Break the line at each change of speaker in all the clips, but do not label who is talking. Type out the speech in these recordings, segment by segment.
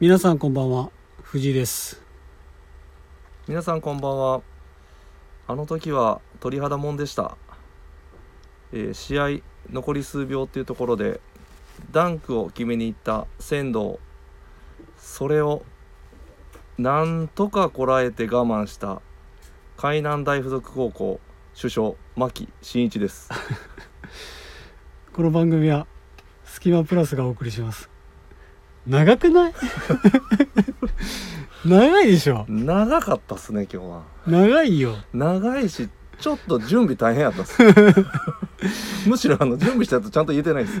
皆さんこんばんは藤井です
皆さんこんばんはあの時は鳥肌もんでした、えー試合残り数秒っていうところでダンクを決めに行った仙道それをなんとかこらえて我慢した海南大附属高校主将牧真一です
この番組はスキマプラスがお送りします長くない 長いでしょ
長かったっすね今日は
長いよ
長いしちょっと準備大変やったっ すむしろあの準備したやつちゃんと言えてないです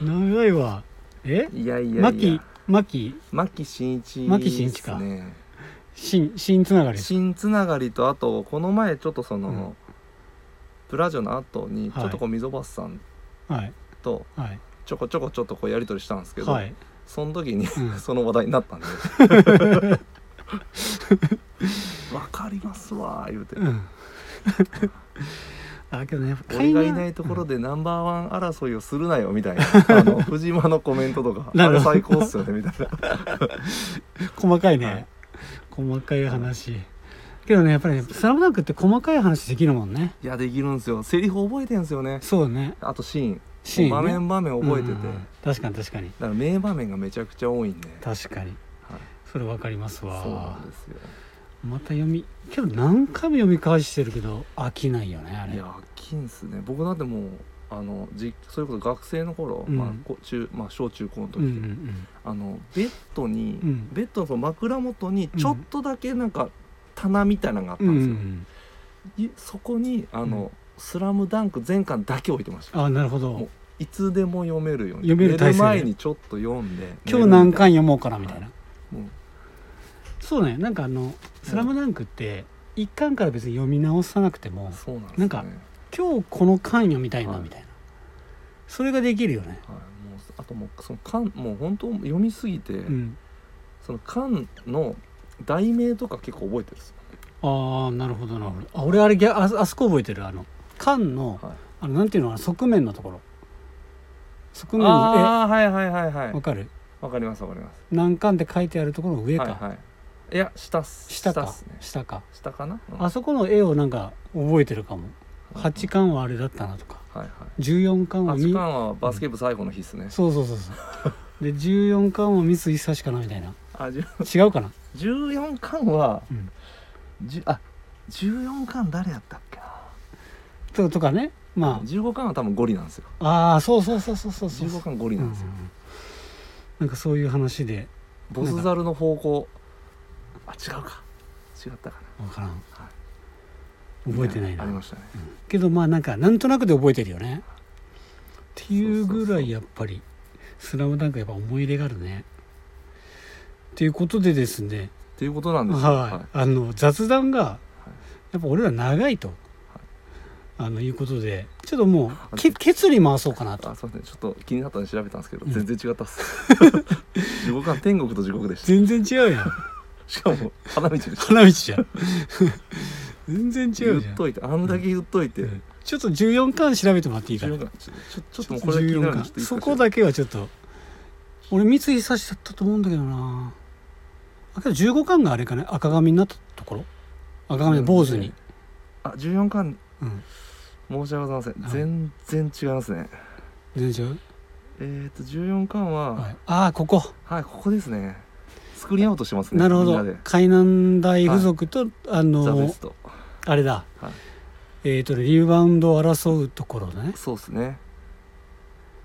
長いわえ
いやいやいや
牧牧
牧真一、ね、
牧真一か新新つながりです
新つながりとあとこの前ちょっとその、
うん
プラジョの後に
は
ち
い
ょっとこう溝端さん
はい
と
はい
ちょこちょこちょっとこうやり取りしたんですけど、
はい
その時に
うん
その話題になったんで わかりますわー言うて、
うんあけどね
俺がいな
海
いと
南
ころでナンバーワン争いをするなよみ たいなあの藤間のコメントとか
な
あ
る
れ
ほど
最高っすよねみたいな
細かいね、
はい
細かい話けどねやっぱりね「スラムダンクって細かい話できるもんね
いやできるんですよセリフ覚えてんすよね
そうだね
あとシーン
シーン、ね、
場面場面覚えてて、
うんうんうん確かに確かに
だから名場面がめちゃくちゃ多いんで、
確かに
はい
それ分かります
そうな
わ
んですよ
また読みけど何回も読み返してるけど飽きないよねあ
い
れ
や金っすね僕だってもうあのじそれこそ学生の頃、
うん
まあ、こ中まあ小中高の時、
うんうん
あのベッドに、
うん
ベッドのその枕元にちょっとだけなんか棚みたいなのがあった
うんうんん
で
うん
すよ、いそこにあの、
うん
スラムダンク」全巻だけ置いてました
あなるほ
も
ど
ういつでも読めるように
読める体制で
寝前にちょっと読んで
今日何
か
巻読もうかなみたいな
もう
そうねなんかあの「スラムダンクって一巻から別に読み直さなくても
そうなんですね
なんか今日この巻読みたいな
はい
みたいなそれができるよね
はい、もうあともうその缶もう本当読みすぎて、
うん
その缶の題名とか結構覚えてるんですよ
ああなるほどなるほどあ俺あれぎゃああそこ覚えてるあの巻の
はい
あのなんていうのかな側面のところ側面の
ああはいはいはいは
絵
い
わかる
わかりますわかります
難関って書いてあるところの上か、
はいはいいや下っす
下か
っすね
下か
下かな、うん
あそこの絵をなんか覚えてるかも
うん
8巻はあれだったなとか
はいはい
14巻は
八
み
巻はバスケ部最後の日っすね、
そうそうそうそうで14巻はミス一差しかなみたいな
あじゅ
違うかな、
14巻は
うん、
じゅあ14巻誰やったっけな
ととかねま
15巻は多分ゴリなんですよ
あああそうそうそうそうそうそう
15巻ゴリ
う
なん
ん
ですよ、
なんかそういう話で
ボスザルの方向あ違うか違ったか
分からん
はな
覚えてない
や
な
ありましたね、
けどまあなんかなんとなくで覚えてるよねっていうぐらいやっぱり「スラムダンクやっぱ思い入れがあるねっていうことでですね
っていうことなんですよ
はい、あの雑談がやっぱ俺ら長いと、あのいうことでちょっともうけ決理回そうかなと
あすいませんちょっと気になったんで調べたんですけど、
うん
全然違った っす地獄は天国と地獄でした
全然違う やん
しかも花道でした
花道じゃん 全然違
言
うじゃ
っ
ん
といてあんだけ言っといて、
うんちょっと14巻調べてもらっていいか
ち
な
ょちょちょっともうこれ気になるんでちょっといいです
そ
か
こだけはちょっと俺三井差しだったと思うんだけどなあけど15巻があれかね赤髪になったところ赤髪の坊主に、
あ14巻
うん、
申し訳ございま
はい
せん、全然違いますね
全然違う、
えー、っと14巻はは、
はいい、ああここ
ここですねスクリーンアウトしてますね
なるほ
みんな
ど
で
海南大付属と、あ
ザベ
の
スト
あれだ、
はい
えっ、とねリバウンドを争うところだね
そうですね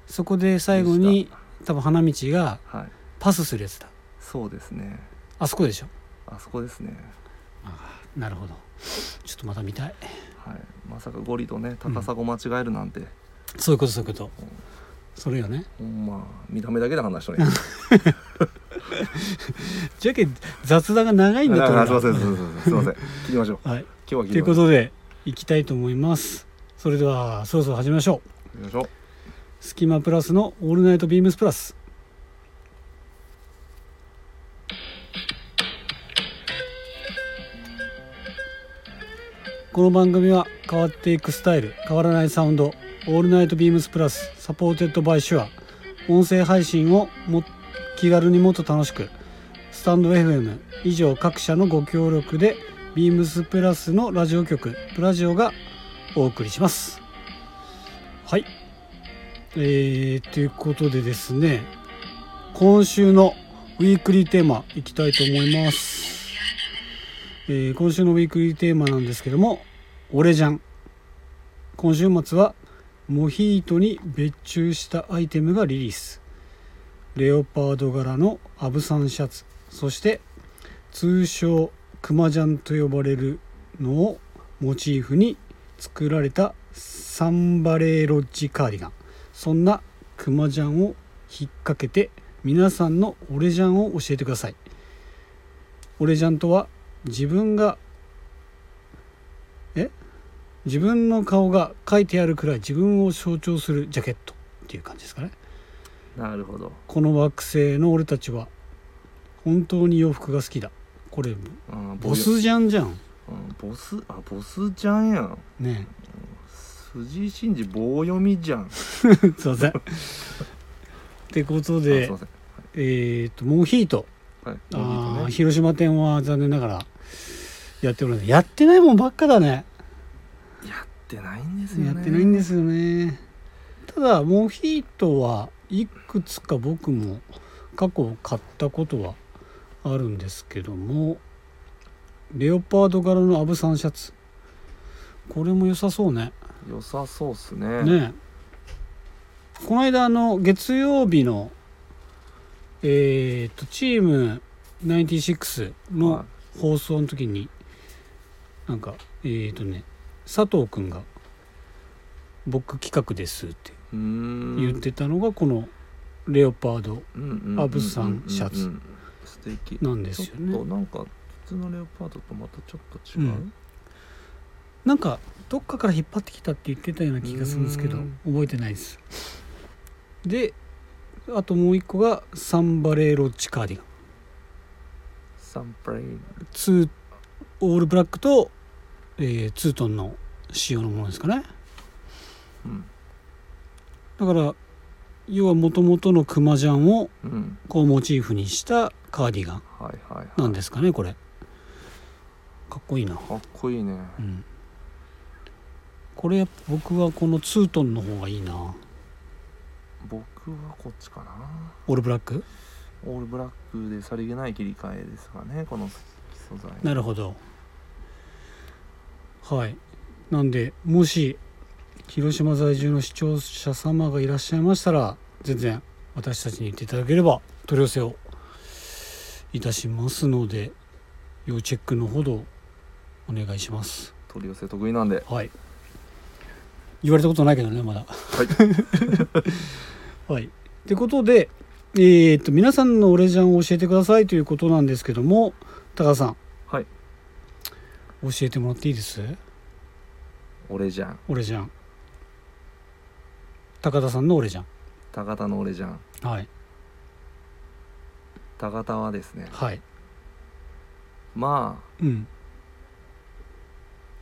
そこで最後
で
に
し
多分花道が
たはい
パスするやつだ
そうですね
あそこでしょ
あそこですね
なるほどちょっとまた見たい
はいまさかゴリとね高砂間違えるなんて、
そういうことそういうことそれよね
ほんま見た目だけで話 しとね
じゃけ雑談が長いんだと
あすい
思
ま
う
せんすいませんす いません切りましょう
はい
今日は切
という
りま
こ
しょう
とで行きたいと思いますそれではそろそろ始めましょう
切りましょう
スキマプラスのオールナイトビームスプラス。この番組は変わっていくスタイル、変わらないサウンド、オールナイトビームスプラス、サポーテッドバイシュア、音声配信をもっ気軽にもっと楽しくスタンド FM 以上各社のご協力でビームスプラスのラジオ局プラジオがお送りしますはいえー、ということでですね今週のウィークリーテーマいきたいと思います、えー今週のウィークリーテーマなんですけども「俺じゃん」今週末はモヒートに別注したアイテムがリリースレオパード柄のアブサンシャツそして通称クマジャンと呼ばれるのをモチーフに作られたサンバレーロッジカーディガンそんなクマジャンを引っ掛けて皆さんのオレジャンを教えてくださいオレジャンとは自分がえ自分の顔が書いてあるくらい自分を象徴するジャケットっていう感じですかね
なるほど、
この惑星の俺たちは本当に洋服が好きだこれ
うん、
ボスジャンじゃん
うん、ボスあボスじゃんやん
ね
筋信じ棒読みじゃん
えすいませんってこと
あす
で
いません
えー、とモヒート
はい
あ
もういい
ー
とね
広島店は残念ながらやっておらないやってないもんばっかだね
やってないんですよね
やってないんですよねただモヒートはいくつか僕も過去買ったことはあるんですけどもレオパード柄のアブサンシャツこれも良さそうね
良さそうっすね
ねえこの間あの月曜日のえっとチーム96の、
は
放送の時になんかえー、とね佐藤君が「僕企画です」って
いうーん
言ってたのがこのレオパード
うんうんうんうん
アブさんシャツ
うんうん素敵
なんですよ
ちょっと
ね。
なんか普通のレオパードとまたちょっと違
う
う、
んなんかどっかから引っ張ってきたって言ってたような気がするんですけど
うん
覚えてないです。であともう一個がサンバレーロッジカーディガン
サンプレイン
ツーオールブラックと、えーツートンの仕様のものですかね。
うん
だから要はもともとのクマジャンを
うん
こうモチーフにしたカーディガン
はいはいはい
なんですかねこれかっこいいな、
かっこいいね
うん、これやっぱ僕はこのツートンの方がいいな
僕はこっちかな
オールブラック
オールブラックでさりげない切り替えですかねこの素材
なるほどはいなんでもし広島在住の視聴者様がいらっしゃいましたら全然私たちに言っていただければ取り寄せをいたしますので要チェックのほどお願いします
取り寄せ得意なんで
はい。言われたことないけどね、まだ。。
はい
はい。ってことで、えーっと、皆さんのオレジャンを教えてくださいということなんですけども、高田さん、
はい
教えてもらっていいです
俺じゃん
オレジャン。高田さんのオレジャン。
高田の俺じゃん
はい。
高田はですね
はい。
まあ
うん。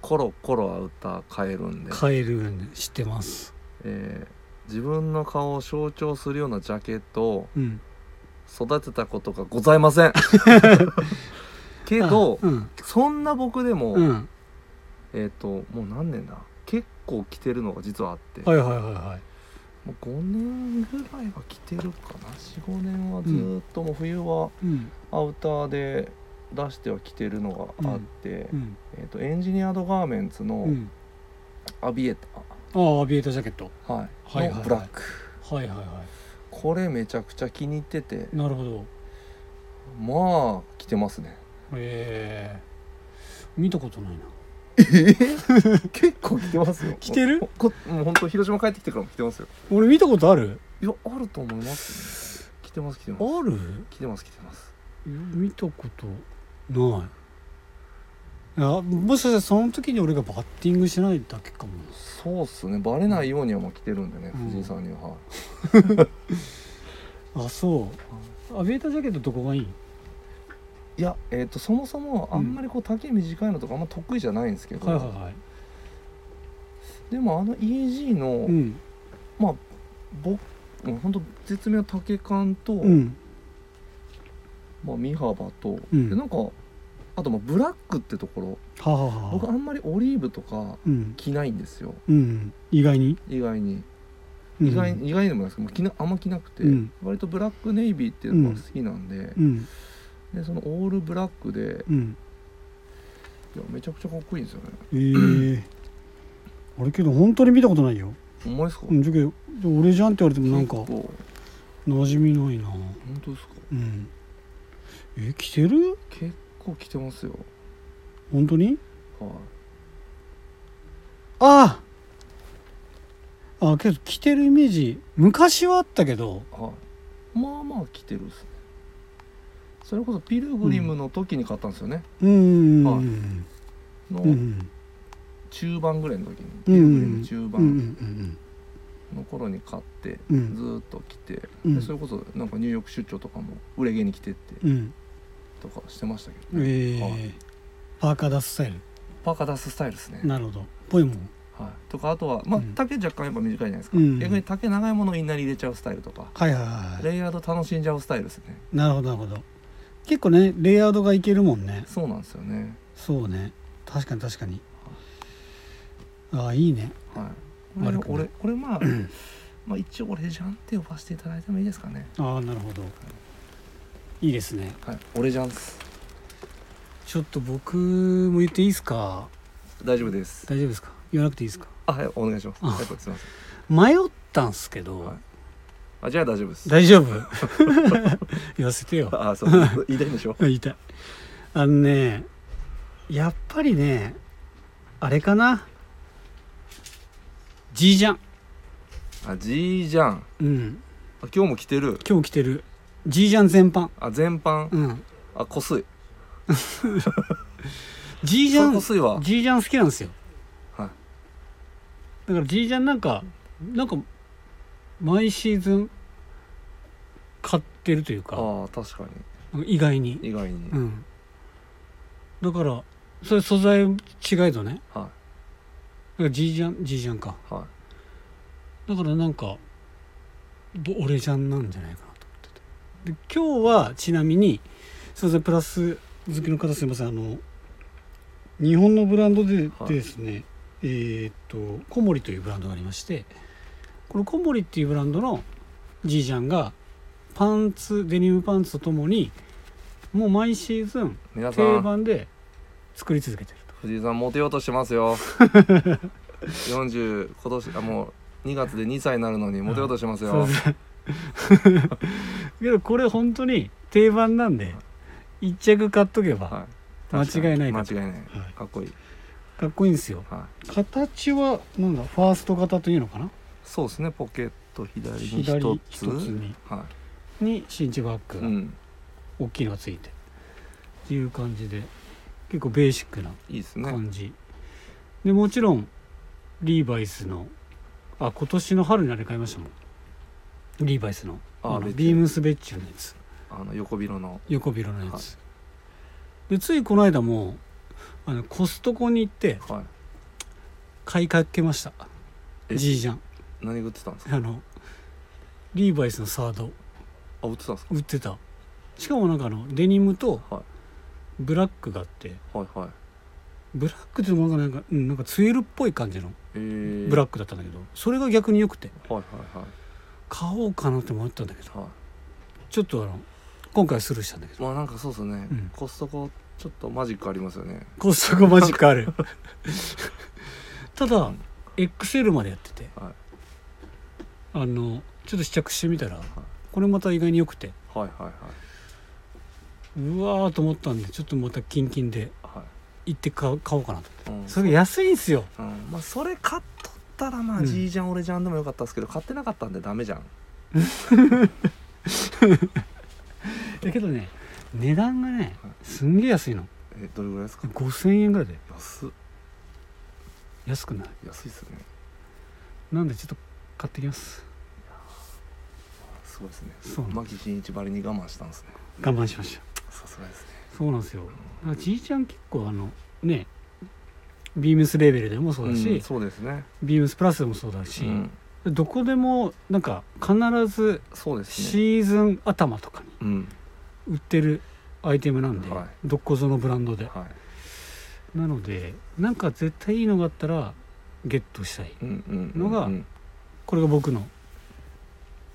コロコロアウター変えるんで、
カエルン知ってます。
えー自分の顔を象徴するようなジャケットを
うん。
育てたことがござい ませんけど
あうん。
そんな僕でも、
うん。
えっ、ともう何年だ結構着てるのが実はあって、
はいはいはいはい。
もう5年ぐらいは着てるかな45年はずーっともう冬は
うん。
アウターで出しては着てるのがあって、
うん。
えー、とエンジニアードガーメンツの
うん。
アビエタ、
ああ、アビエータジャケット。
はい
はいはいはい
のブラック
はいはいは
これめちゃくちゃ気に入ってて
い。なるほど。
まあ着てます ね
えー、見たことないな。
結構着てますよ
着てる
こもう本当広島帰ってきてからも着てますよ
俺見たことある
いやあると思います、ね、着てます着てます
ある
着てます着てます
見たことないあもしかしたらその時に俺がバッティングしないだけかも
そうっすねバレないようにはもう着てるんでね、
うん
藤井さんには、はい
あそうアビエータージャケットどこがいい
いや、えー、とそもそも
うん
あんまりこう丈短いのとかあんま得意じゃないんですけど、
はいはいはい
でもあの EG の、
うん
まあ僕本当絶妙な丈感と、
うん
まあ、身幅と、
うん
でなんかあとまあブラックってところ
はあはあ
僕
は
あ
あ
んまりオリーブとか
うん
着ないんですよ
うん意外に
意外に
うん
意外,、意外でもないですけどもう着なあんま着なくて、
うん
割とブラックネイビーっていうのが好きなんで,、
うん
でそのオールブラックで
うん
いやめちゃくちゃかっこいいんですよね
ええあれけど本当に見たことないよ
ほんまですか、
うんじゃけど俺じゃんって言われてもなんか
結構
馴染みないな
本当ですか
うんえ着てる
結構着てますよ
本当に
はい
あああけど着てるイメージ昔はあったけど
はいまあまあ着てるっすねそれこそピルグリムの時に買ったんですよね、
うーん、
はい
うんう
の
ん
中盤ぐらいの時に
う
ピ
ん
ルグリム中
うんうん
盤の頃に買って
う
ず
ん
ーっと着て、
うん
でそれこそなんかニューヨーク出張とかも売れ毛に着てって
うん
とかしてましたけど、
えー
はい
パーカーダススタイ
パーカーダススタイルですね
ル、なるほどぽいもん
はい、とかあとは、まあ
うん、
丈若干やっぱ短いじゃないですか、
うん
逆に丈長いものをインナーに入れちゃうスタイルとか
はいはいはいは
レイヤード楽しんじゃうスタイルですね
いなるほどなるほど結構ねレイヤードがいけるもんね
そうなんですよね
そうね確かに確かにああいいね
はいこれ
悪くない
俺これまあまあ一応俺ジャンって呼ばせていただいてもいいですかね
ああなるほどいいですね
はい俺ジャンです
ちょっと僕も言っていいですか
大丈夫です
大丈夫ですか言わなくていいですか
あはいお願いします
あ
はいすいませ
迷ったんすけど、
んはいあじゃあ大丈夫です
大丈夫 言わせてよ
あそう 言いたいんでしょ
言いたいあのねやっぱりねあれかな G ジャン
あジージャン
うん
あ今日も着てる
今日着てる G ジャン全般
あ全般
うん
あこすい
G ジ
そ
ャ
れこ
ン
すいわ
G ジャン好きなんですよ
はい
だから G ジャンなんかなんか毎シーズン買ってるというか
ああ確か
なんか意外に
に意外に
うんだからそれ素材違いとね
は
だから G ジャン G ジャンか
いはい
だからなんかぼ俺じゃんなんじゃないかなと思っててで今日はちなみにすいませんプラス好きの方すいませんあの日本のブランドで
はい
ですね、えーっとコモリというブランドがありましてこのコモリっていうブランドのじいちゃんがパンツデニムパンツとともにもう毎シーズン
皆さ
定
ん
番で作り続けてると
藤井さんモテようとしてま すよ40今年あもう2月で2歳になるのにモテようとしてますよ、
そうそうけどこれ本当に定番なんで一着買っとけば、
はい、
間違いない
間
か
違いない
はい
かっこいい、
かっこいいんですよ
はい、
形はなんだファースト型というのかな
そうですねポケット左に
左
一
一
つ
つに
は
に真珠バッ
い、
グが
うん、
大きいのがついてっていう感じで結構ベーシックない
いですね
感じ、でもちろんリーバイスのあ今年の春にあれ買いましたもんリーバイスの
あ
の
別
ビームスベッチュのやつ
あの横広の
横広のやつ、でついこの間もあのコストコに行って
はい
買いかけました
え
じいじゃん
何売ってたんですか
あのリーバイスのサード
あ売ってたんです
売ってたしかもなんかあのデニムと
はい
ブラックがあって
かはいはい
ブラックっていうのもなんかなんか,、うん、なんかツエルっぽい感じの
えー、
ブラックだったんだけど、それが逆に良くて
はいはいはい
買おうかなって思ったんだけど
は
ちょっとあの今回スルーしたんだけど
いまあなんかそうですね、
うん
コストコちょっとマジックありますよね
コストコマジックあ るただ XL までやってて
はい
あのちょっと試着してみたらこれまた意外に良くて
はいはいは
うわーと思ったんでちょっとまたキンキンで
いは
行って買おう買おうかなと
い、うん
それ安いんすよ
うん、まあそれ買っとったらま
う
あ
ん
じいちゃん俺じゃんでもよかったですけど買ってなかったんでダメじゃん
だけどね値段がね
はい
すんげえ安いの
えどれぐらいですか
5000円ぐらいで
安っ
安くない
安いっすね
なんでちょっと買ってきます
すごいですね
そう我
牧真一ばりに我慢したんですね
慢しました
さすがですね
そうなんですよだからじいちゃん結構あのねビームスレベルでもそうだし、
うんそうですね
ビームスプラスでもそうだし、
うん
どこでもなんか必ず
そうですね
シーズン頭とかに
うん
売ってるアイテムなんで、
はい
どっこぞのブランドで
はい
なのでなんか絶対いいのがあったらゲットしたい
うんうんうん
のが
うん
これが僕の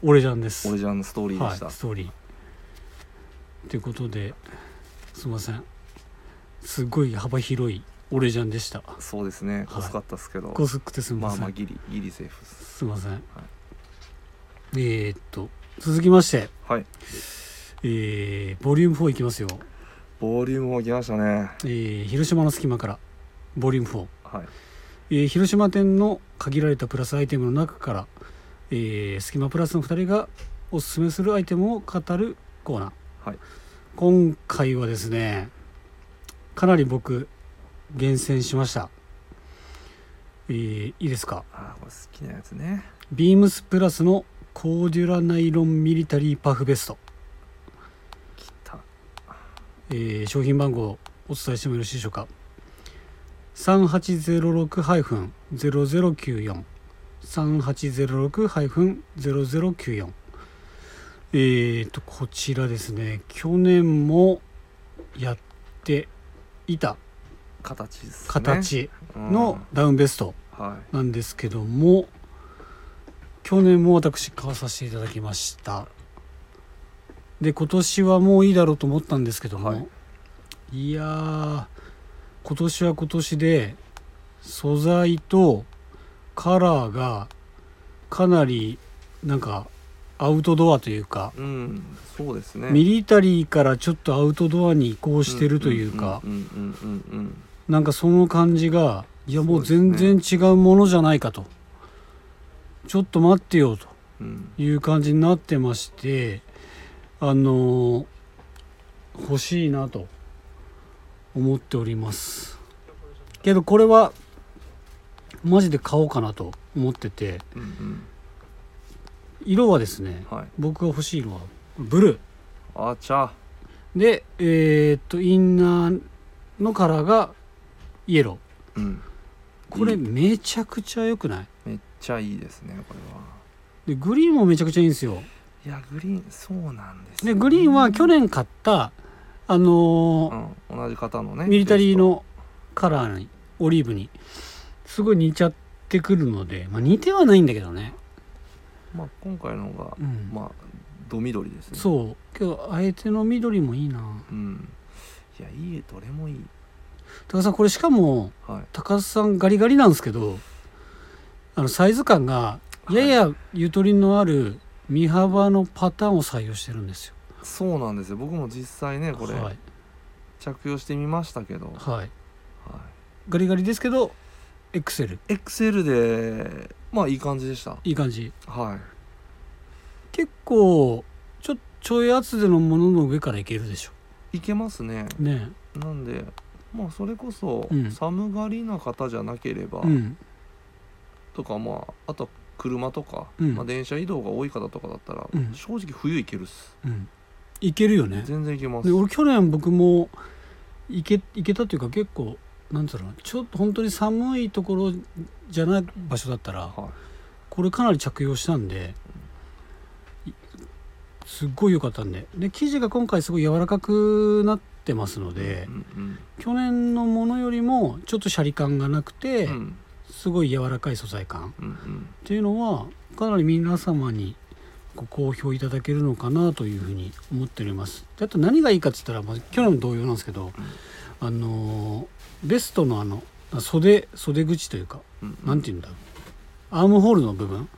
オレジャンです
オレジャンのストーリーでした、
はい、ストーリーということですいませんすごい幅広いオレジャンでした
そうですね
はい
遅かったですけど、
ごすくてすみま
まあ
せん、
まあギリギリセーフです
すいません、えー、っと続きまして、
はい
えー、ボリューム4いきますよ、
ボリュームも来ましたね
えー広島の隙間からボリューム4
はい
えー広島店の限られたプラスアイテムの中から、えー、スキマプラスの2人がおすすめするアイテムを語るコーナー、
はい
今回はですねかなり僕厳選しました、えーいいですか
ああこれ好きなやつね
ビームスプラスのコーデュラナイロンミリタリーパフベスト、
来た
えー商品番号をお伝えしてもよろしいでしょうか3806-0094 3806-0094えーとこちらですね去年もやっていた
形ですね
形のダウンベスト
うんはい
なんですけども、去年も私買わさせていただきましたで今年はもういいだろうと思ったんですけども、、
はい
やー今年は今年で素材とカラーがかなりなんかアウトドアというか、
うんそうですね
ミリタリーからちょっとアウトドアに移行してるというか、
うんうんうんうんうん
なんかその感じがいやもう
そう
全
ですね
然違うものじゃないかと、ちょっと待ってよと
うんうん
いう感じになってましてあのー欲しいなと思っておりますけどこれはマジで買おうかなと思ってて
うんうん
色はですね
はい
僕が欲しい色はブル
あーちゃ
ーでえーっとインナーのカラーがイエロー
うん
これ
いい
めちゃくちゃ良くない
めっちゃいいですねこれは
でグリーンもめちゃくちゃいいんですよ
いやグリーンそうなんです
でグリーンは去
年、
年買ったあの
う
ー
ん、同じ方のね
ミリタリーのカラーにオリーブにすごい似ちゃってくるので、まあ、似てはないんだけどね、
まあ、今回のが、
うん
まあド緑ですねう、
そうけどあえての緑もいいな
うん、いやいいどれもいい
高田さんこれしかも
はい
高田さんガリガリなんですけどあのサイズ感がややゆとりのある身幅のパターンを採用してるんですよ
そうなんですよ僕も実際ねこれ、
はい、
着用してみましたけど、は
はい、ガリガリですけど XL
い、XL でまあいい感じでした
いい感じ
はい
結構ちょちょい厚手のものの上からいけるでしょ
いけますね
ね
なんでまあそれこそ
うん
寒がりな方じゃなければ、
えうん
とかまああと車とか、
うん
まあ、電車移動が多い方とかだったら、
うん
正直冬いけるっす
うんいけるよね
全然いけます
で俺去年僕もいけいけたというか結構なんつうのちょっと本当に寒いところじゃない場所だったら
は
これかなり着用したんでいすっごい良かったんでで生地が今回すごい柔らかくなってますの
い
で
うんうん
去年のものよりもちょっとシャリ感がなくて
うん
すごい柔らかい素材感
うんうん
っていうのはかなり皆様にご好評いただけるのかなというふうに思っておりますであと何がいいかって言ったら、まあ、去年も同様なんですけど、あのーベストのあのあ袖袖口というか
うん
何て言うんだろうアームホールの部分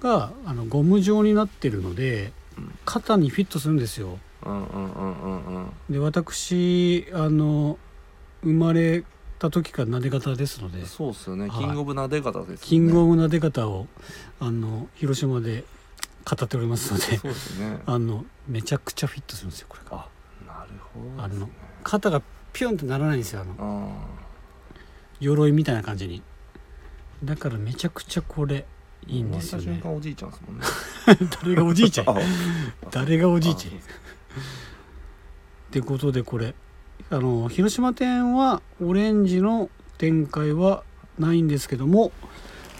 があのゴム状になってるので
うん
肩にフィットするんですよ
うんうんうんうんうん
で私あの生まれた時から撫で方ですので
そうっすよね
はい
キングオブなで方ですよね
キングオブなで方をあの広島で語っておりますので
そうですね
あのめちゃくちゃフィットするんですよこれが
あなるほどですね
肩がピュンってならないんですよあの
あ
鎧みたいな感じにだからめちゃくちゃこれ
ー
いいんですよ
終わ
ね
った瞬間おじいちゃんですもんね
誰がおじいちゃん
あ
誰がおじいちゃん
あ
っ、てことでこれあの広島店はオレンジの展開はないんですけども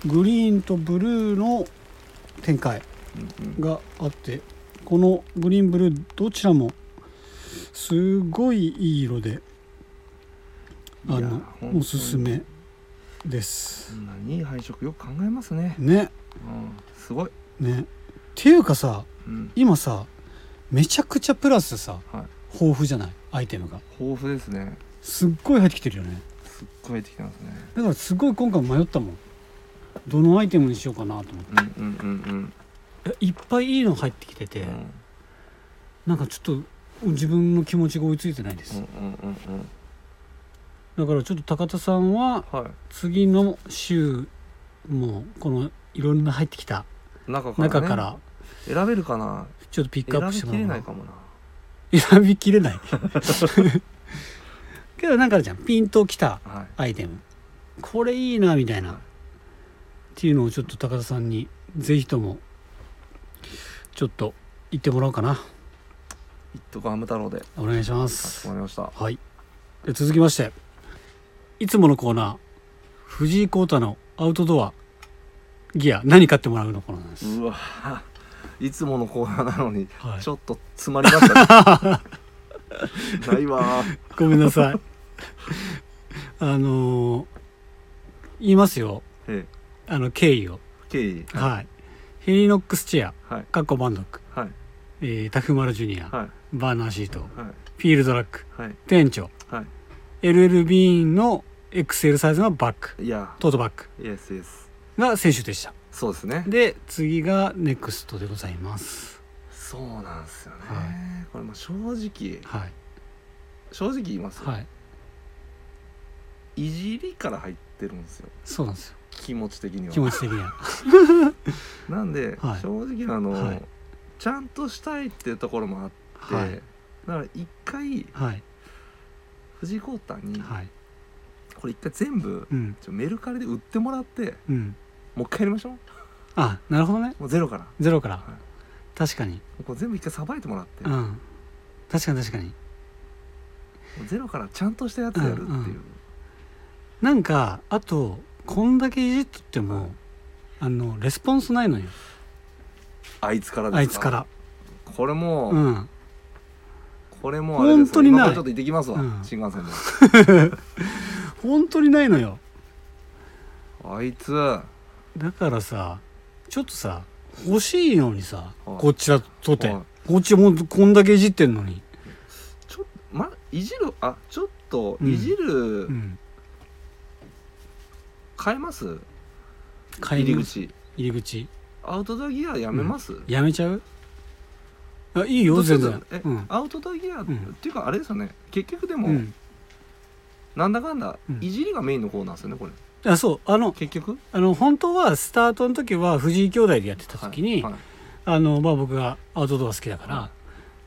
グリーンとブルーの展開
うんうん
があってこのグリーンブルーどちらもすごいいい色であ
いや
の
本当に
おすすめです
こんなにいい配色よく考えますね、
ね
うん、すごい、
ねっていうかさ
うん、
今さめちゃくちゃプラスさ
はい
豊富じゃないアイテムが
豊富ですね
すっごい入ってきてるよね
すっごい入ってきてますね
だからすごい今回迷ったもんどのアイテムにしようかなと思って
うんうんうんうん
いやいっぱいいいの入ってきてて、
うん
なんかちょっと自分の気持ちが追いついてないです、
うんうんうんうん
だからちょっと高田さんは
は
次の週もこのいろんな入ってきた
い中から、ね、
中から
選べるかな
ちょっとピックアップして
選び
も
き
らお
れ
う
ないかもな
選びきれない けどなんかあるじゃんピンときた
はい
アイテムこれいいなみたいなっていうのをちょっと高田さんにぜひともちょっと言ってもらおうかな
一徳ハム太郎でか
お願いしま
し
す
こまりました
はいで続きましていつものコーナー藤井耕太のアウトドアギア何買ってもらうのコーナーです、
うわいつものコーナーなのに
はい
ち、ょっと詰まりまし たねないわー
ごめんなさい あのー言いますよ
ええ
あの経緯を
経緯
はい、ヘリノックスチェア
はい
カッコバンドック、
はい
えータフマルジュニア、
はい
バーナーシート
はい
フィールドラック
はい
店長
は
LL ビーンの XL サイズのバッグ
いいや
トートバッグ
イエスイエス
が先週でした
そうですね
で次がネクストでございます
そうなんですよね、
は
これもう正直
はい
正直言います、
はい
い、じりから入ってるんですよ
そうなんですよ
気持ち的には
気持ち的には
なんで、
はい
正直あの、
はい
ちゃんとしたいっていうところもあって、
はい
だから一回
はい
藤井耕太に、
はい
これ一回全部
うん
ちょメルカリで売ってもらって
うん
もう一回やりましょう
あなるほどね
もうゼロからも
ゼロから、
はい
確かに
うこれ全部一回さばいてもらって、
う
も
ん確かに確かに
うゼロからちゃんとしたやつやるっていう、
うんうんなんかあとこんだけいじっとってもあのレスポンスないのよ
あいつからですか
あいつから
これもう、
うん
これもあれです
本当にない
今からちょっと行ってきますわ、
うん
新幹線で
本当にないのよ
あいつは
だからさちょっとさ欲しいのにさ
はい
こっちだとて
い
こっちもうこんだけいじってんのに
ちょまいじるあちょっと
うん
いじる、
うん
変えます
買い
入り
物
口
入り口
アウトドアギアやめます、
やめちゃうあいいよ
どうす
全
る
然
え
うん
アウトドアギア、
ん
っていうかあれですよね結局でも、
うん
なんだかんだ、
うん
いじりがメインのコーナーですよねこれ
あそうあの
結局
あの本当はスタートの時は藤井兄弟でやってた時に、
はいはい
あのまあ、僕がアウトドア好きだから、
は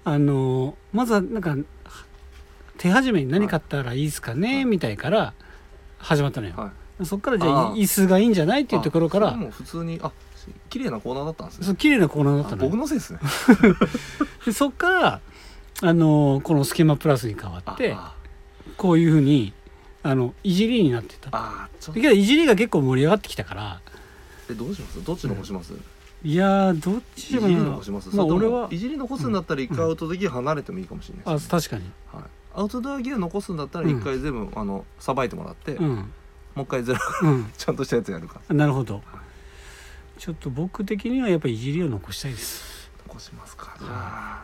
あのまずはなんか手始めに何買ったらいいですかね、
はい
みたいから始まったのよ、
はい
そっからじゃあ
あー
椅子がいいんじゃないっていうところか
あそ
ら
れも普通にあ綺麗なコーナーだったんですね
そう綺麗なコーナーだった
あ
のよ
僕のせいですね
でそっからあのこの「スキマプラス」に変わ
あ
って
あ
こういうふうにあのいじりになってただ
あちょっ
けどいじりが結構盛り上がってきたから
とえどうしますどっち残します、
いやーどっ
い
ち
じ
でも
り
な
残します、
まあ
それと
俺
も
はい
じり残すんだったら一回アウトドアギア離れてもいいかもしれない
あ
ですね、
確かに
はい、アウトドアギア残すんだったら一回全部、あのさばいてもらって、
う
も
ん
う一回ゼロ
うん
ちゃんとしたやつやるか
なるほど。ちょっと僕的にはやっぱりいじりを残したいです。
残しますかじゃあ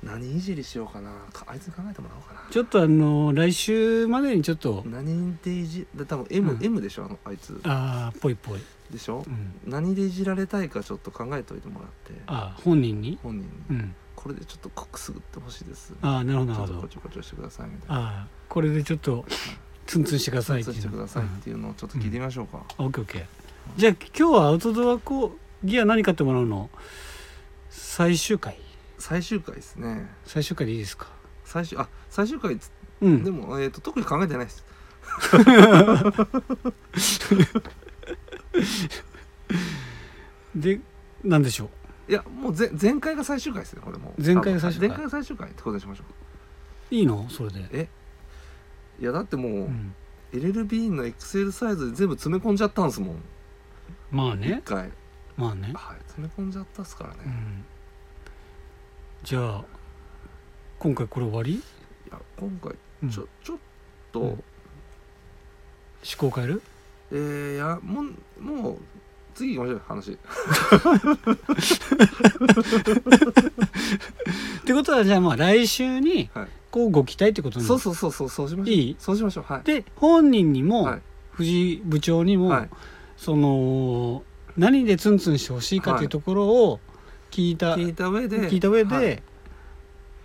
何いじりしようかなかあいつに考えてもらおうかな
ちょっとあの来週までにちょっと
何でいじで多分 M,、
うん
M でしょあのあいつ
ああぽいぽい。
でしょ
う、ん、
何でいじられたいかちょっと考えておいてもらって
あー本人に。
本人に、
うん。
これでちょっとこくすぐってほしいですち
ああなるほど
ょ
なる
っと
ほ
こ
ど。
ちょこちょしてくださいみたいな
ああこれでちょっとツンツンしてくださいって
そう
いう
して
の。
くださいっていうのをちょっと聞いてみましょうか、
うんあオッケーオッケー。じゃあ今日はアウトドアこうギア何買ってもらうの最終回
最終回ですね
最終回でいいですか。
最終あ最終回つ
う
で
ん。
も、えー、と特に考えてないです
でなんでしょう。
いやもうぜ前回が最終回ですねこれもう
前回が最終回
前回が最終回ってことにしましょ
いいのそれで。
ういやだってもう、
うん。
LLB の XL サイズで全部詰め込んじゃったんですもん
まあね
一。回
まあね。
はい詰め込んじゃったっすからね、
うんじゃあ今回これ終わり、
いや今回
うん
ちょちょっと、
うん思考変える
えー、いやもうもう次行きましょう話
ってことはじゃあまあ来週に
はい
こうご期待ってことに
そうそうそうそうそうしましょう
いい
そうしましょうはい
で本人に
は
も
い
藤井部長にも、
はい
その何でツンツンしてほしいかというところを聞いた、
聞いた上で
聞いた上で、
はい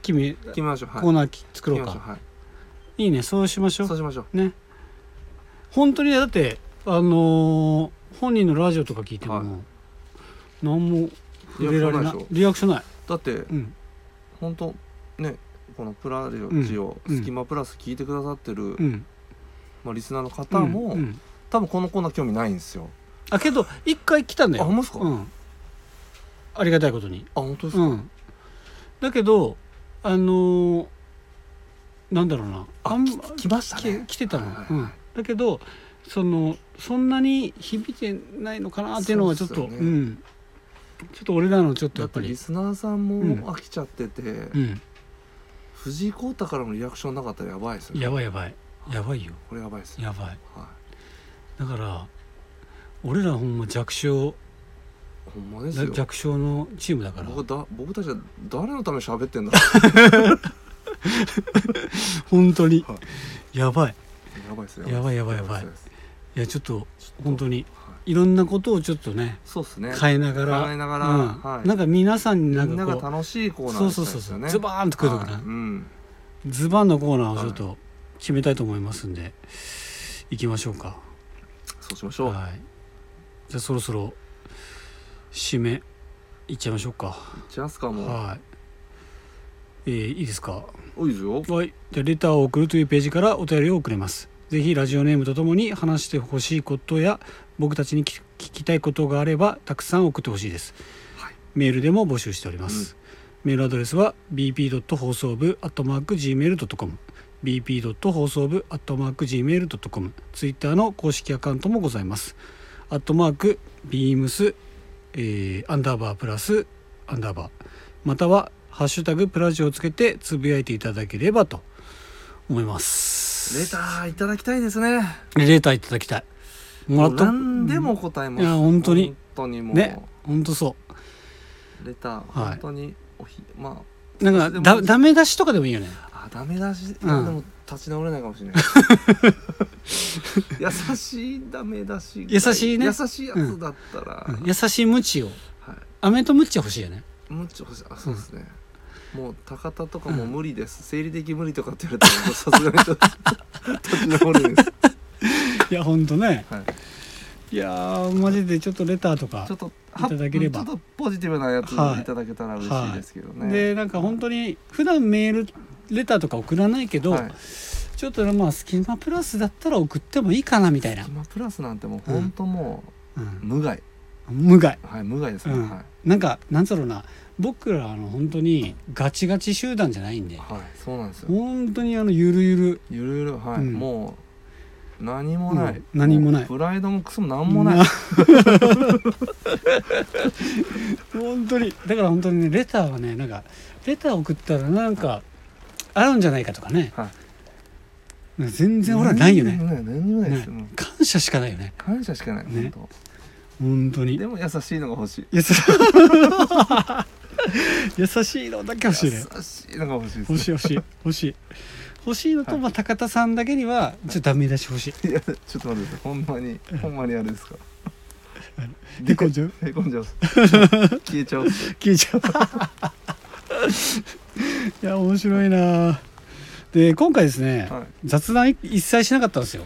君
行きましょうはい
コーナーき作
行
ろ
き
う
ま
か、
しょうはい
い、いねそうしましょ
そう
う
しましょう
ね本当にだってあのー本人のラジオとか聞いても、
はい
何も触れられない
リアクションないでしょ
リアクションない、
だって
うん、
本当ねこのプラジオ、
うん
ジオ
うん
スキマプラス聞いてくださってる、
うん
まあ、リスナーの方も、
うんうん
多分このコーナー興味ないんですよ
あけど一回来たんだ
あ
よ
ほんまですか、あ
うん、ありがたいことに、
本当です
う
か、
ん、だけどあのーなんだろうな
あ
ん
き来ましたね
き来てたの、
はいはい
うん、だけどそのそんなに響いてないのかなっていうのはちょっ
そう
と
っ
う,、
すよね
んちょっと俺らのちょっと
だ
や
っ
っぱ
てリ
り
スナーさん
うん
も飽きちゃってて、
うん
藤井耕太からのリアクションなかったらやばいですよね
やばいやばいやばいよ
これやばいですよ、
やばい
は
だから俺らほんま弱小
い、ほんまですよ
弱小のチームだから
僕だ僕たちは誰のために喋ってんだろ
本当に
は
やばいう
やばいですよ
やばいやばいやばい
です
いやちょっと
ちょっと
本当に
はい
ろんなことをちょっとね
いそうですね
変えながら
変えながら
うん
はい
なんか皆さんにな
み
ん
んな
か
が
こ
楽しいうコーナー
そう
にし
そ
た
う
い
そう
です
そ
よ
う
ね
ズバーンとくるとか
はい
な
うん
ズバンのコーナーをちょっと決めたいと思いますんで行きましょうか
そうしましょう
はいじゃあそろそろ締めいっちゃいましょうか
いっちゃいますかもう
はいえーいいですか
おいですよ
はい、じゃあレターを送るというページからお便りを送れます。ぜひラジオネームとともに話してほしいことや僕たちに聞き聞きたいことがあればたくさん送ってほしいです、
はい
メールでも募集しております、メールアドレスは bp. 放送部 .gmail.com bp. 放送部 .gmail.com ツイッターの公式アカウントもございますアットマーク beams、えーアンダーバープラスアンダーバーまたは「ハッシュタグプラジオ」をつけてつぶやいていただければと思います
レターいただきたいですね
レターいただきたいもらった
何でも答えます
いや本当に
本当にもう
ねほんとそ
レター
はい
本当におひま
うなんかだダメ出しとかでもいいよね
ああダメ出しい
うん
やでも立ち直れないかもし れない優しいダメ出し
優しいね
優しいやつだったら
うん優しい無知を
は
飴と無知欲しいよね
いもうちょっとあそうですねもう高田とかも無理です生理的無理とかって言われたらもうさすがにちょっと 立ち直れないです
いやほんとね
はい
いやーマジでちょっとレターとか
ちょっと
いただければ
ちょっとポジティブなやつ
はい
いただけたら嬉しいですけどね、
でなんか本当に普段メールレターとか送らないけど、
はい
ちょっとまあスキマプラスだったら送ってもいいかなみたいな
スキ、マプラスなんてもう本当も
う、
うん無害、
無害
はい無害ですね、
うん
はい、
なんかなんだろうな僕らあの本当にガチガチ集団じゃないんで
はい、そうなんですよ
本当にあのゆるゆる
ゆるゆるはい、
うん
もう何もない、
うん何もない
プライドもクソも何もな い、
な本当にだから本当にねレターはねなんかレター送ったらなんかあるんじゃないかとかね
はい、
全然俺はないよ
何
ね
にもない何にもないです、
ね
もう
感謝しかないよね
感謝しかない、
ね
本
本当
当
に
でも優しいのが欲しい
優し優しいのだけ欲しいね
優しいのが欲しいです
欲しい欲しい欲しい欲しいのと、まあ、高田さんだけにはちょっとダメ出し欲しい
いや ちょっと待ってくださいほんまにほんまにあれですか
でこんじゃう
へこんじゃ う消えちゃう
聞いちゃう いや面白いなで今回ですね、
はい
雑談い一切しなかったんですよ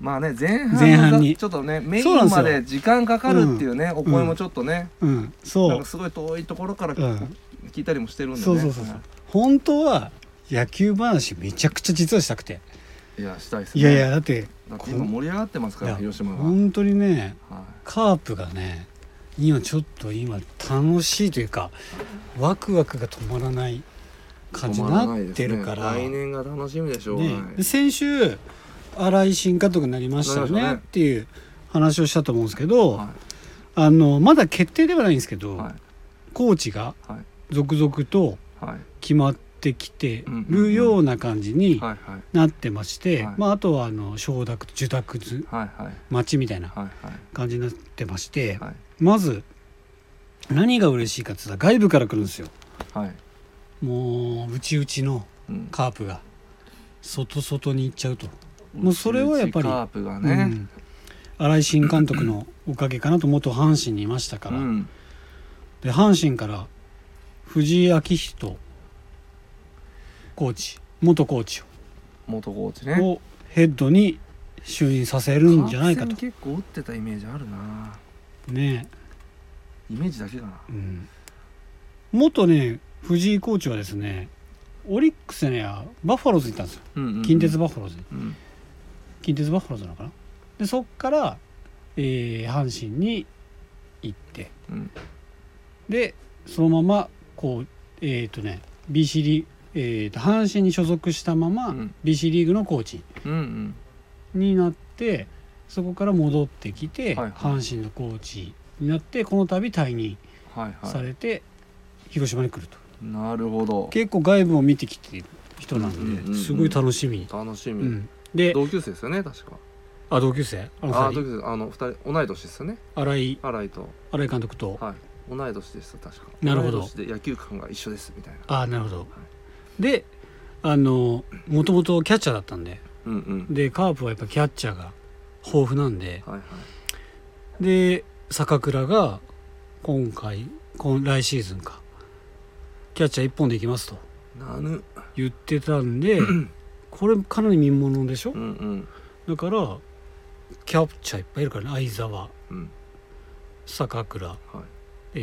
まあね前
前
半
半
の
に
がちょっとねメイ
そうなん
ン
ですよ
まで時間かかるっていうねお声もちょっとね、
うん
な
そ
ん
う
かすごい遠いところから
うん
聞いたりもしてるんでね、
そうそうそうそう本当は野球話めちゃくちゃ実はしたくて
いやしたいですね
いやいやだって
だって今盛り上がってますか
い
ら
や
広島は、
本当にね
は
カープがね今ちょっと今楽しいというかワクワクが止まらない
い、
感じに
止ま
な
ない
っ
です
て
ね
るから
来年が楽しみでしょう、
ね
はい
で先週新井新監督になりましたよ
なりま
ね
した
っ
ね
ていう話をしたと思うんですけど、
は
あのまだ決定ではないんですけど、
いはい
コーチが
はい
続々と
はい
決まっってきてるような感じに
はいはい
なってまして、
はい
まあ、あとはあの承諾受託図
はいはい
待ちみたいな
はい
感じになってまして、
はい
まず何が嬉しいかって言ったら外部から来るんですよ
はいはい
もううちうちの
うん
カープが外外に行っちゃうともうそれはやっぱり
カープがね
うん、新井新監督のおかげかなと元阪神にいました
う
から、
ん
で阪神から藤井明人コーチ元コーチ
元コーチね
をヘッドに就任させるんじゃないか
カー
と
プ戦結構打ってたイメージあるな
ね
イメージだけかな
え、うん、元ね藤井コーチはですねオリックスやねバッファローズに行ったんですよ
うんうんうん
近鉄バッファローズに
うん
近鉄バッファローズなのかなでそっから、えー阪神に行って
うん
でそのままこうえっ、とね BC リーグ、えーと阪神に所属したまま、
うん
BC リーグのコーチ
うん
になってそこから戻ってきて、
はいはい
阪神のコーチになってこの度退任
うんはい
さ
は
れて、広島に来ると
いなるほど
結構外部を見てきている人なんで、
うんうんうんうん
すごい楽しみ、
楽し
う
み
ん、で
同級生ですよね確か
あ同級生あの
あ
二
同
人
級生あの二人同い年ですよね
新井
新井と
新井監督と
はい同い年でした確か
なるほど
同い年で野球観が一緒ですみたいな
あなるほど、であのもともとキャッチャーだったんで
うんうん
でカープはやっぱキャッチャーが豊富なんで
はいはい
で坂倉が今回今来シーズンかキャッチャー1本でいきますと
なぬ
言ってたんでこれかなり見ものでしょ
うんうん
だからキャッチャーいっぱいいるからね相澤
うん
坂倉
はい
え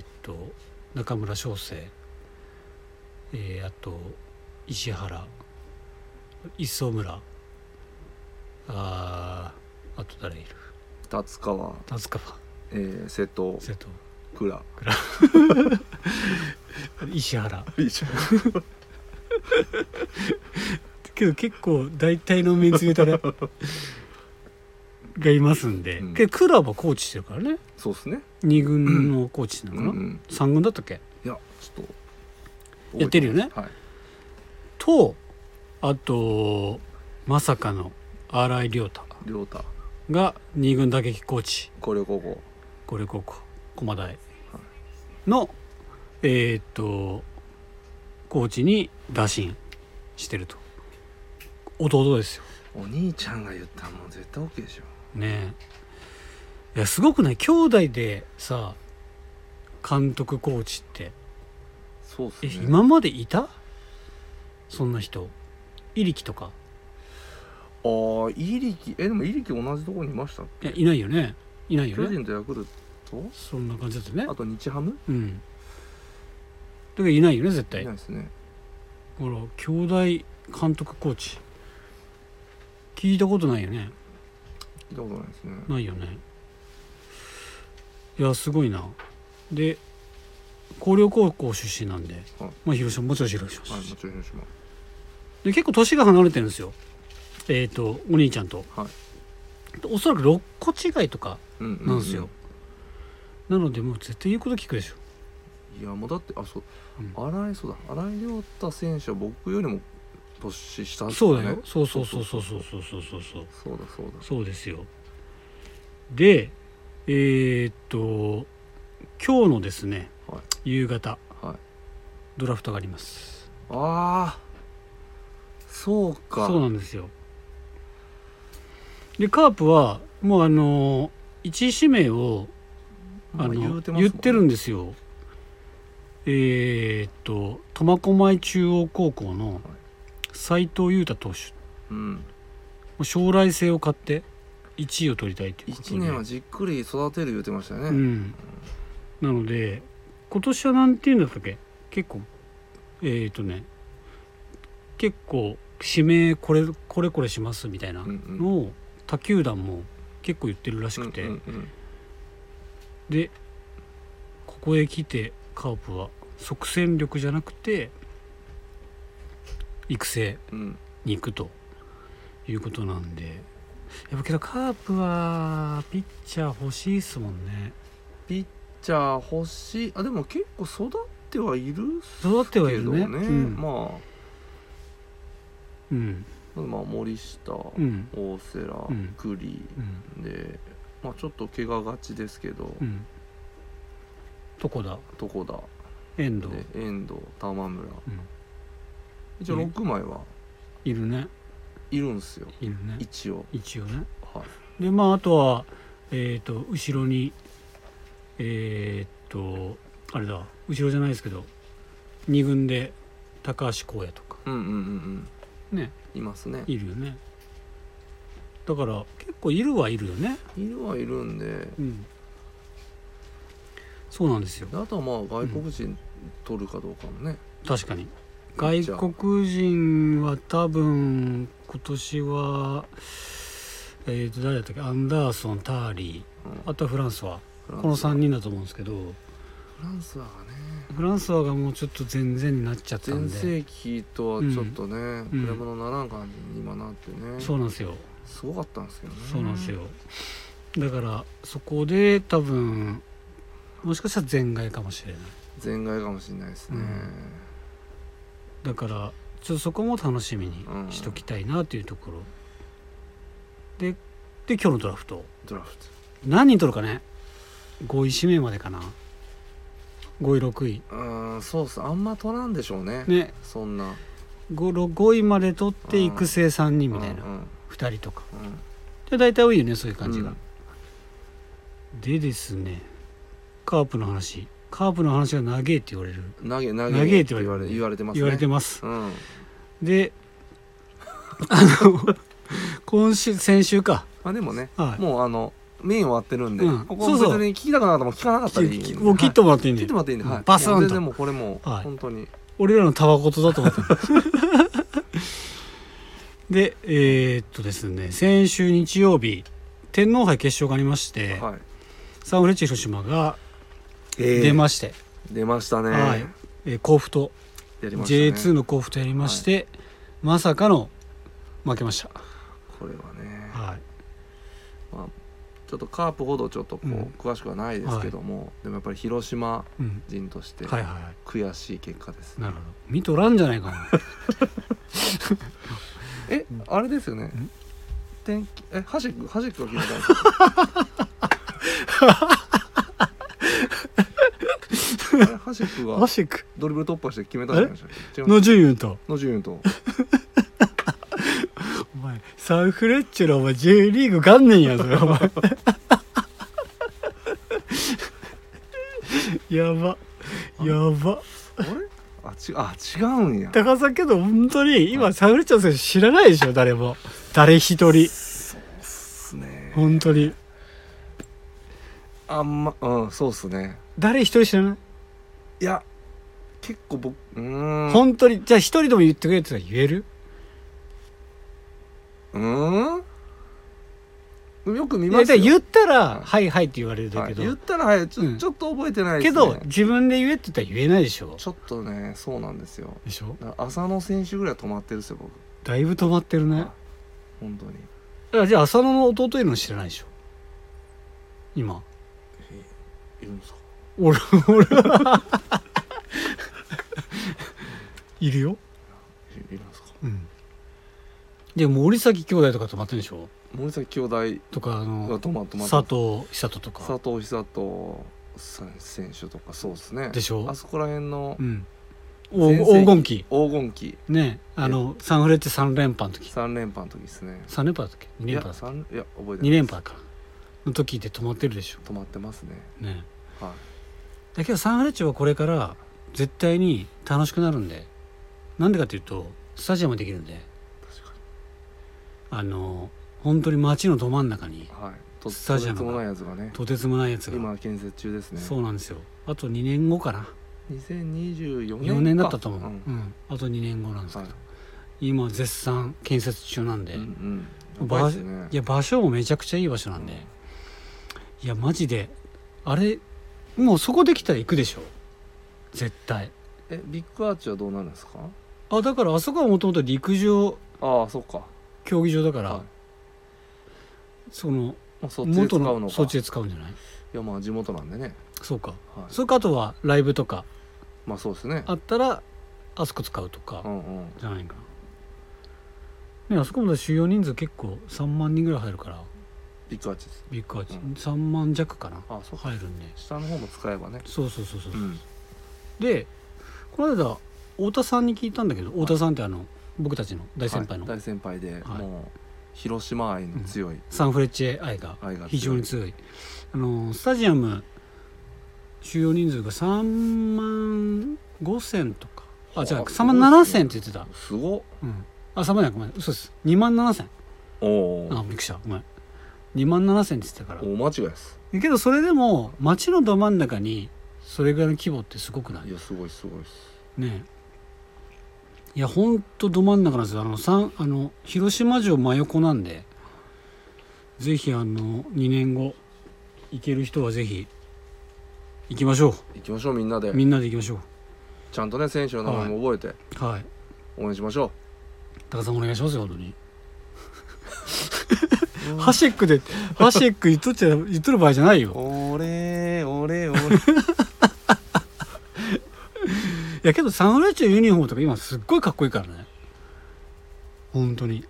ーっと中村翔成、えーあと石原磯村あーあと誰いる
達川
夏川
えー瀬戸
瀬戸
倉
石原
いいじゃん
けど結構大体のメンツでた らがいますんで、
うん
けどクラブはコーチしてるからね
そうですね
2軍のコーチな
う
の
ん
か
う
な、
ん
3軍だったっけ
いやちょっと
やってるよね
はい
とあとまさかの新井亮太
亮太
が2軍打撃コーチ
広陵高校
五稜高校駒大の、えーっとコーチに打診してると弟ですよ
お兄ちゃんが言ったらもう絶対 OK でしょ
ねえいやすごくない兄弟でさ監督コーチって
そうっす
え、
ね
今までいたそんな人イリキとか
ああイリキえでもイリキ同じとこにいました
いやいないよねいないよ
巨
ね
人とヤクルト
そんな感じだったね
あと日ハム
うんだけどいないよね絶
い
対
ないですね
ほら兄弟監督コーチ聞いたことないよね
聞いたことないですね
ないよねいやすごいなで広陵高校出身なんで、
はい
まあ広島もちろん広島出
は
身、
いもちろん広島
で結構年が離れてるんですよえっ、とお兄ちゃんと、
は
おそらく6個違いとか
うんうう
なんですよ、なのでもう絶対言うこと聞くでしょ
いやもうだってあそう
うん
新井そうだ新井亮太選手は僕よりも年下です
そう
よね
だよそうそうそうそうそうそうそうそうそう
そうだそうだ
そうですよでえーっと今日のですね、
は
夕方、
はい
ドラフトがあります
ああそうか
そうなんですよでカープはもうあの1位指名をあ
まあ
の
言うてますもん
言ってるんですよえーっと苫小牧中央高校の斎藤裕太投手
うん
もう将来性を買って1位を取りたいということで
1年はじっくり育てる言ってましたよね、
うん、なので今年はなんていうんだったっけ結構えっ、とね結構指名これこれこれしますみたいな
うんうん
のを他球団も結構言ってるらしくて、
うんうんうん
でここへ来てカープは即戦力じゃなくて育成
うん
に行くということなんでやっぱけどカープはピッチャー欲しいっすもんね。
ピッチャー欲しいあでも結構育っってはいる
育ってはい
け
る
ど
ね
ね、
うん
ま
うん
あ、まあ、森下、
うん
大瀬良、
うん
栗
うん
で、まあ、ちょっと怪我がちですけど、
うん床田
床田
遠藤
で遠藤玉村
うん
一応
うん
6枚はい
るね
いるんですよ
いるね
一応
一応ね
はい
でまああとはえっ、と後ろにえっ、とあれだ後ろじゃないですけど二軍で高橋光也とか
うんうんうんうん
ね
いますね
いるよねだから結構いるはいるよね
いるはいるんで
うんそうなんですよ
であとはまあ外国人取るかどうかもね、
確かに
ピッチャー
外国人は多分今年はえー、と誰だったっけアンダーソンターリ
うん
ーあとはフランスは
フランス
この3人だと思うんですけど
フランスはね
フランスはがもうちょっと全然になっちゃったん
全
で
盛期とはちょっとね、比
ん
べ物にならん感じに今なってね
そうなんですよ
すごかったんですけどね
そうなんですよだからそこで多分もしかしたら全外かもしれない
全外かもしれないですね、
うんだからちょっとそこも楽しみにしときたいなというところ、でで今日のドラフト
ドラフ
何人取るかね5位指名までかな5位6位
トうんそうっすあんま取らんでしょうね
ね
そんな
5, 5位まで取って育成3人みたいな、
うんうん
2人とか
うん
で大体多いよねそういう感じが、
うん
でですねカープの話カープの話が長えって言われる
投げ投
投
げ
げって
言
言
わ
われ
れ
る
言われてますね
言われてます
うん
であの今週先週か
まあでもね
はい
もうあのメイン終わってるんで、
うん
ここ
そうそう
別に聞きたくなかったらもう聞かなかったらいいん
き
で
きもう切っ
は
てもらっていい
い
んで、
切ってもらっていいんで、はい、
バスンと
全然もうこれもう
はい
本当に、
俺らのタバコとだと思 ってるでえーっとですね先週日曜日天皇杯決勝がありまして、
はい
サンフレッチェ広島が出まして、
出ましたね、
はいえー甲府と、
やりましたね
J2 の甲府とやりまして、まさかの負けました、
これはね、
はい、
まあ、ちょっとカープほどちょっとこう、
うん
詳しくはないですけども、でもやっぱり広島
うん、
人として
はいはいは
悔しい結果です
いな
ね、
るほど見とらんじゃないかな
えあれですよね天気えハシックハシックが決めたんです かあれハシックが
シック
ドリブル突破して決めたんじゃないでしたっけ違う
の順位と
野順と
お前サンフレッチェのお前 J リーグ元年やぞお前 やばやば
あれあちあ違うんや
高さんけど本当に今サンフレッチェの選手知らないでしょ誰も誰一人
そうっすね
本当に
あんまうんそうっすね
誰一人知らない
いや結構僕うーん
本当にじゃあ一人でも言ってくれって言ったら言える
うーんよく見
い
ま
や
す
だ
よ
から言ったら
うん
「はいはい」って言われるだ
は
け
い、
ど、
言ったらはいちょ,、
うん
ちょっと覚えてないで
け
すね
ど自分で言えって言ったら言えないでしょ
ちょっとねそうなんですよ
でしょ
だから浅野選手ぐらい止まってるっすよ僕
だいぶ止まってるね
本当に
だからじゃあ浅野の弟いるの知らないでしょ今
いるんですか
俺俺 はいるよ、
いいるんですか
うん、で森崎兄弟とか止まってるでしょ
森崎兄弟
とかあ
が
の
止まってます
佐藤久人とか
佐藤久人さん選手とかそうですね
でしょ
あそこら辺の
うん
全盛
黄黄金期
期黄金期
ねあのサンフレッチェ3連覇の時
3連覇の時ですね
3連覇だったっけ2
い
連
や
覇だったっ
三いや覚え
け2
てない
連覇かの時で止まってるでしょ
止まってますね
ね
は
だけどサンフレッチェはこれから絶対に楽しくなるんでなんでかというとスタジアムできるんで
い確か
あの本当に街のど真ん中に
にはいと
スタジアムが
とてつもないやつがね
とてつもないやつが、
今建設中ですね
そうなんですよあと2年後かな
2024年か
4年だったと思う、うん
ん
あと2年後なんですけ
は
ど、
い
今絶賛建設中なんで、
うん
い
うんやばいっすね
や場所もめちゃくちゃいい場所なんで、いやマジであれもうそこできたら行くでしょ絶対
えビッグアーチはどうなるんですか
あだからあそこはもともと陸上
ああそっか
競技場だから、
はい
その
まあそっちで
元
使うの
の
か
そっちで使うんじゃない
いやまあ地元なんでね
そうか
はい
それかあとはライブとか
まあそうですね
あったらあそこ使うとか
うんうん
じゃないかな、ね、あそこもだって収容人数結構3万人ぐらい入るから
ビッグアーチです
ビッグアーチ、
うん
3万弱かな
あそうか
入るんで
下の方も使えばね
そうそうそうそう、
うん
でこの間太田さんに聞いたんだけど太田さんってあの僕たちの大先輩の、
はい大先輩で、
はい
もう広島愛の強い、
サンフレッチェ愛が
愛が強い
非常に強いあのスタジアム収容人数が3万5千とかあじゃあ
はあ
3万7千って言ってた、
すごっ
うん、あ3万じゃないごめん嘘です2万7千
おお
あびっくりしたごめん2万7千って言ってたから
お間違いです
けどそれでも街のど真ん中にそれぐらいの規模ってすごくない
いやすごいすごいです
ねえいやほんとど真ん中なんですよあのさんあの広島城真横なんでぜひあの2年後行ける人はぜひ行きましょ
行きましょうみんなで
うみんなで行きましょ
ちゃんとね選手の名前も覚えて
うはい
応援しましょ
高田さんお願いしますよ本当に
う、
ハシェックでハシェック言っとっちゃ言っとる場合じゃないよ
俺俺俺
いやけどサンフレッチェのユニフォームとか今すっごいかっこいいからね本当に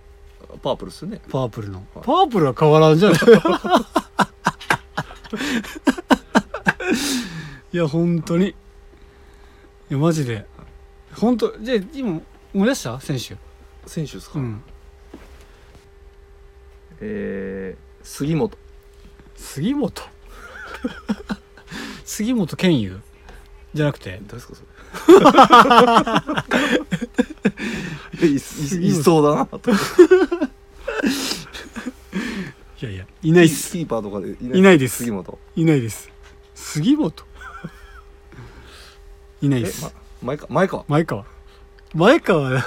パープルっすね
パープルのパープルは変わら んじゃないいや本当にいやマジで本当じゃあ今思い出した選手
選手ですか、
うん
えー、杉本
杉本杉本健佑じゃなくて
誰です かそれいいいいそうだなと
いやいやいないっす
キーパーとかでい
いないです
杉本
いないです杉本いない
え
で、す
ま、前か前か
前川前川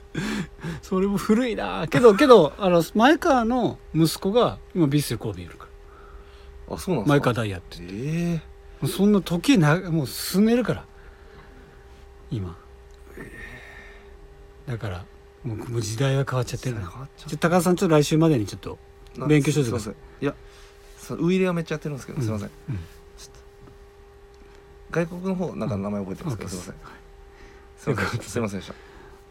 それも古いなけどけどあの前川の息子が今ビッセル神戸いるか
あそうなん
ら前
ですか
川ダイヤって
えー、
もうそんな時なもう進めるから今だからもうもう時代は変わっちゃってるなちょ高田さんちょっと来週までにちょっと
な
勉強しといてくださ
すいませんいやそのウイレはめっちゃやってるんですけど、すいません、
うん
ちょっと外国の方なんか名前覚えてますけど、
うん
すいません、
はい
すいませんすいませんでし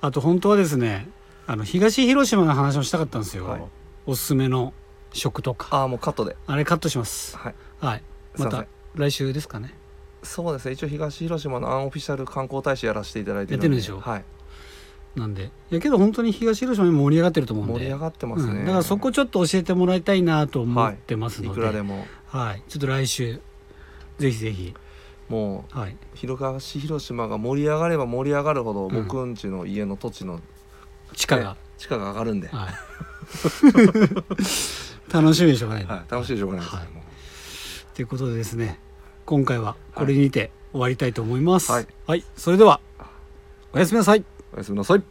あと本当はですねあの東広島の話をしたかったんですよ、
はい
おすすめの食とか
たああもうカットで
あれカットします
はい
はい
すい
ま
ません
た来週ですかね
そうですね一応東広島のアンオフィシャル観光大使やらせていただいて
やってるでしょ
はい
なんでいやけど本当に東広島に盛り上がってると思うんで
盛り上がってますね、
うんだからそこちょっと教えてもらいたいなと思ってます
い
の
く
で,、
ら
はい
でも
ちょっと来週ぜひぜひ、
もう
はい、
東広島が盛り上がれば盛り上がるほど、
うん
僕んちの家の土地の
地下が、
地価が上がるんで、は
はい 楽しみでしょうがない
い
と、
楽しいでしょうがないです、
はい
もう
いうことでですね今回はこれにて終わりたいと思います
はい、
はい、それではおやすみなさい
おやすみなさい